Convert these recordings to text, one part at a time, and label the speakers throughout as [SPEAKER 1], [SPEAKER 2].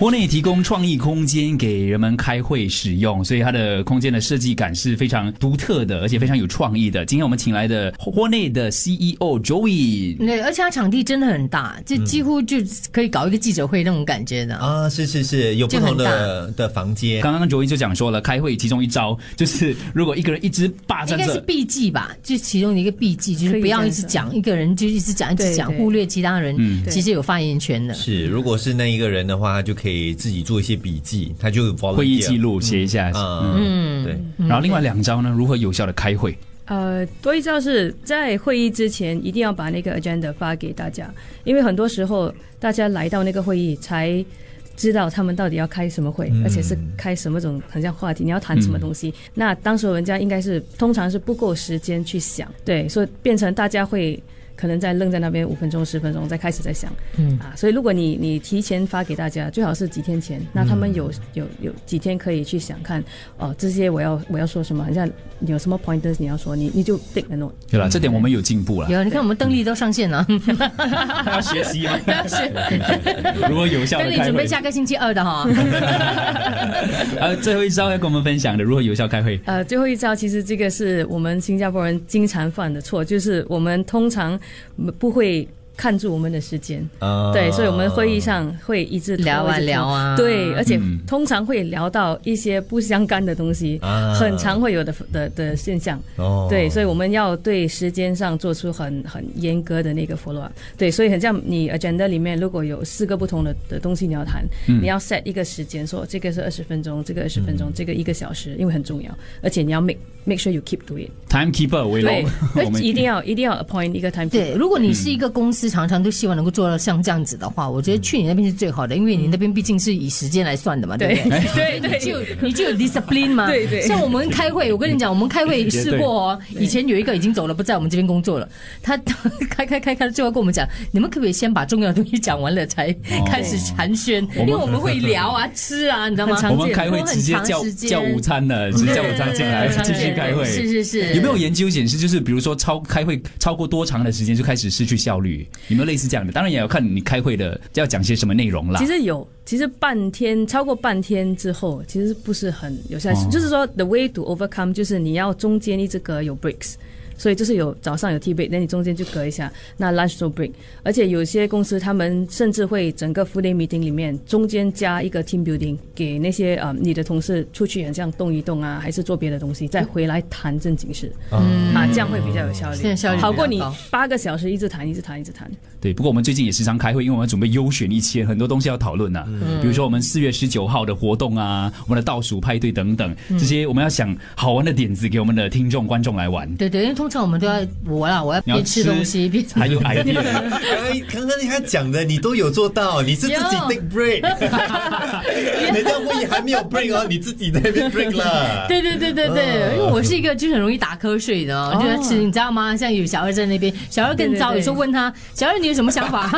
[SPEAKER 1] 窝内提供创意空间给人们开会使用，所以它的空间的设计感是非常独特的，而且非常有创意的。今天我们请来的窝内的 CEO Joey，
[SPEAKER 2] 对，而且它场地真的很大，
[SPEAKER 3] 嗯
[SPEAKER 2] 就几乎就可以搞一个记者会那种感觉的。
[SPEAKER 4] 啊，是是是，有不
[SPEAKER 2] 就很
[SPEAKER 4] 同的的房间。
[SPEAKER 1] 刚刚 Joey 就讲说了，开会其中一招就是，如果一个人一直霸
[SPEAKER 2] 应
[SPEAKER 1] 占
[SPEAKER 2] 该是
[SPEAKER 1] 着。
[SPEAKER 2] 避忌吧，就其中的一个避忌，就是
[SPEAKER 3] 可以
[SPEAKER 2] 不要
[SPEAKER 3] 这
[SPEAKER 2] 一
[SPEAKER 3] 样
[SPEAKER 2] 直
[SPEAKER 3] 讲
[SPEAKER 2] 讲一个人，就一直讲一直
[SPEAKER 3] 对
[SPEAKER 2] 讲，
[SPEAKER 3] 对嗯
[SPEAKER 2] 忽略其他人，其实有发言权的。
[SPEAKER 4] 是，如果是那一个人的话，他就可以自己做一些笔记，他就 volunteer,
[SPEAKER 1] 会议记录写一下，嗯，
[SPEAKER 4] 嗯，对，
[SPEAKER 1] 然后另外两招呢，如何有效的开会？
[SPEAKER 3] 呃，多一招是在会议之前一定要把那个 agenda 发给大家，因为很多时候大家来到那个会议才知道他们到底要开什么会，而且是开什么种很像话题，你要谈什么东西。那当时人家应该是通常是不够时间去想，对，所以变成大家会。可能在愣在那边五分钟十分钟，再开始在想，嗯啊，所以如果你你提前发给大家，最好是几天前，那他们有、有有几天可以去想看，哦、这些我要我要说什么，好像你有什么 pointers 你要说，你你就 take a note。
[SPEAKER 1] 对了，这点我们有进步了，
[SPEAKER 2] 有，你看我们邓丽都上线了，
[SPEAKER 1] 他要学习 吗？ 如何有效
[SPEAKER 2] 邓
[SPEAKER 1] 的
[SPEAKER 2] 丽
[SPEAKER 1] 开
[SPEAKER 2] 准备
[SPEAKER 1] 会？
[SPEAKER 2] 下个星期二的 哈。
[SPEAKER 1] 呃，最后一招要跟我们分享的，如何有效开会？
[SPEAKER 3] 呃，最后一招，其实这个是我们新加坡人经常犯的错，就是我们通常不会看住我们的时间。
[SPEAKER 4] 啊
[SPEAKER 3] 嗯对，所以我们会议上会一直拖
[SPEAKER 2] 聊啊
[SPEAKER 3] 一直拖
[SPEAKER 2] 聊啊
[SPEAKER 3] 对，而且
[SPEAKER 1] 嗯
[SPEAKER 3] 通常会聊到一些不相干的东西，
[SPEAKER 4] 啊
[SPEAKER 3] 很常会有的的的现象。
[SPEAKER 4] 哦，
[SPEAKER 3] 对，所以我们要对时间上做出很很严格的那个 follow up。对，所以很像你 agenda 里面如果有四个不同的的东西你要谈，你要 set 一个时间，说这个是二十分钟，这个二十分钟，这个一个小时，因为很重要，而且你要 make make sure you keep do it。
[SPEAKER 1] Timekeeper 为
[SPEAKER 3] 对
[SPEAKER 1] 龙，，
[SPEAKER 3] 而
[SPEAKER 1] 我们
[SPEAKER 3] 一定要一定要 appoint 一个 time。
[SPEAKER 2] 对，，如果你是
[SPEAKER 1] 嗯
[SPEAKER 2] 一个公司，常常都希望能够做到像这样子的话，我觉得去你那边是最好的，因为你那边毕竟是以时间来算的嘛，对不对？
[SPEAKER 3] 对
[SPEAKER 2] 你
[SPEAKER 3] 对
[SPEAKER 2] 就你就有 discipline 嘛。
[SPEAKER 3] 对对
[SPEAKER 2] 像我们开会，我跟你讲，我们 开会
[SPEAKER 1] 对嗯
[SPEAKER 2] 试过哦。以前有一个已经走了，不在我们这边工作了。他 开开开开，最后跟我们讲，你们可不可以先把重要的东西讲完了才
[SPEAKER 1] 哦
[SPEAKER 2] 开始寒暄？因为我们会聊 啊、吃啊，你知道吗？
[SPEAKER 3] 很常
[SPEAKER 1] 我
[SPEAKER 3] 见
[SPEAKER 1] 们开会直接
[SPEAKER 2] 我
[SPEAKER 1] 叫
[SPEAKER 2] 很长时间嗯
[SPEAKER 1] 叫午餐了，直接叫午餐进来
[SPEAKER 3] 对对对
[SPEAKER 1] 继续开会。
[SPEAKER 2] 是是是。
[SPEAKER 1] 有没有研究显示，就是比如说超开会超过多长的时间就开始失去效率？有没有类似这样的？当然也要看你开会的要讲些什么内容啦
[SPEAKER 3] 其。实有，其实半天超过半天之后，其实不是很有效。
[SPEAKER 1] 哦
[SPEAKER 3] 就是说，the way to overcome 就是你要中间一直隔有 breaks。所以就是有早上有 tea break，那你中间就隔一下，那 lunch no break。而且有些公司他们甚至会整个 full day meeting 里面中间加一个 team building，给那些呃你的同事出去很像动一动啊，还是做别的东西，再回来谈正经事、
[SPEAKER 1] 哦
[SPEAKER 3] 啊，这样会比较有效率，
[SPEAKER 2] 这样效率比较
[SPEAKER 3] 好过你
[SPEAKER 2] 高
[SPEAKER 3] 八个小时一直谈一直谈一直谈。
[SPEAKER 1] 对，不过我们最近也时常开会，因为我们要准备优选一些很多东西要讨论呐、
[SPEAKER 2] 嗯
[SPEAKER 1] 比如说我们四月十九号的活动啊，我们的倒数派对等等，
[SPEAKER 2] 嗯
[SPEAKER 1] 这些我们要想好玩的点子给我们的听众观众来玩。
[SPEAKER 2] 对对，因为通常我们都要我啦，我要
[SPEAKER 1] 嗯你要
[SPEAKER 2] 边吃东西边
[SPEAKER 1] 还有 idea。
[SPEAKER 4] 哎，刚刚他讲的你都有做到，你是自己
[SPEAKER 2] 有
[SPEAKER 4] take break，人家会议还没有 break 哦，你自己在那边 break 了。
[SPEAKER 2] 对对对对对，
[SPEAKER 1] 嗯
[SPEAKER 2] 因为我是一个就是很容易打瞌睡的，哦，就在吃，你知道吗？像有小二在那边，小二更
[SPEAKER 3] 对对
[SPEAKER 2] 糟，
[SPEAKER 3] 对
[SPEAKER 2] 有时候问他，小二你有什么想 法？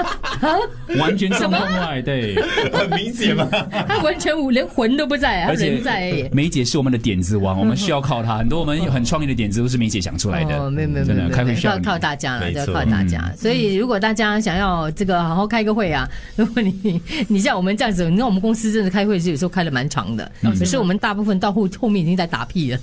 [SPEAKER 1] 完全状况外，对，
[SPEAKER 4] 很明显嘛，
[SPEAKER 2] 他完全无连魂都不在，他
[SPEAKER 1] 而且
[SPEAKER 2] 人在而已。
[SPEAKER 1] 梅姐是我们的点子王，我们需要靠她，很多我们很创意的点子都是梅姐想出来的，
[SPEAKER 2] 哦，没有没有
[SPEAKER 1] 真
[SPEAKER 2] 没
[SPEAKER 1] 的
[SPEAKER 2] 有，没有
[SPEAKER 1] 开会需
[SPEAKER 2] 靠
[SPEAKER 1] 要
[SPEAKER 2] 靠大家了，
[SPEAKER 4] 没
[SPEAKER 2] 就
[SPEAKER 4] 错
[SPEAKER 2] 要靠大
[SPEAKER 1] 嗯
[SPEAKER 2] 家。所以如果大家想要这个好好开个会啊， 如果你你像我们这样子，你看我们公司真的开
[SPEAKER 1] 嗯
[SPEAKER 2] 会是有时候开的蛮长的，可是我们大部分到后后面已经在打屁了。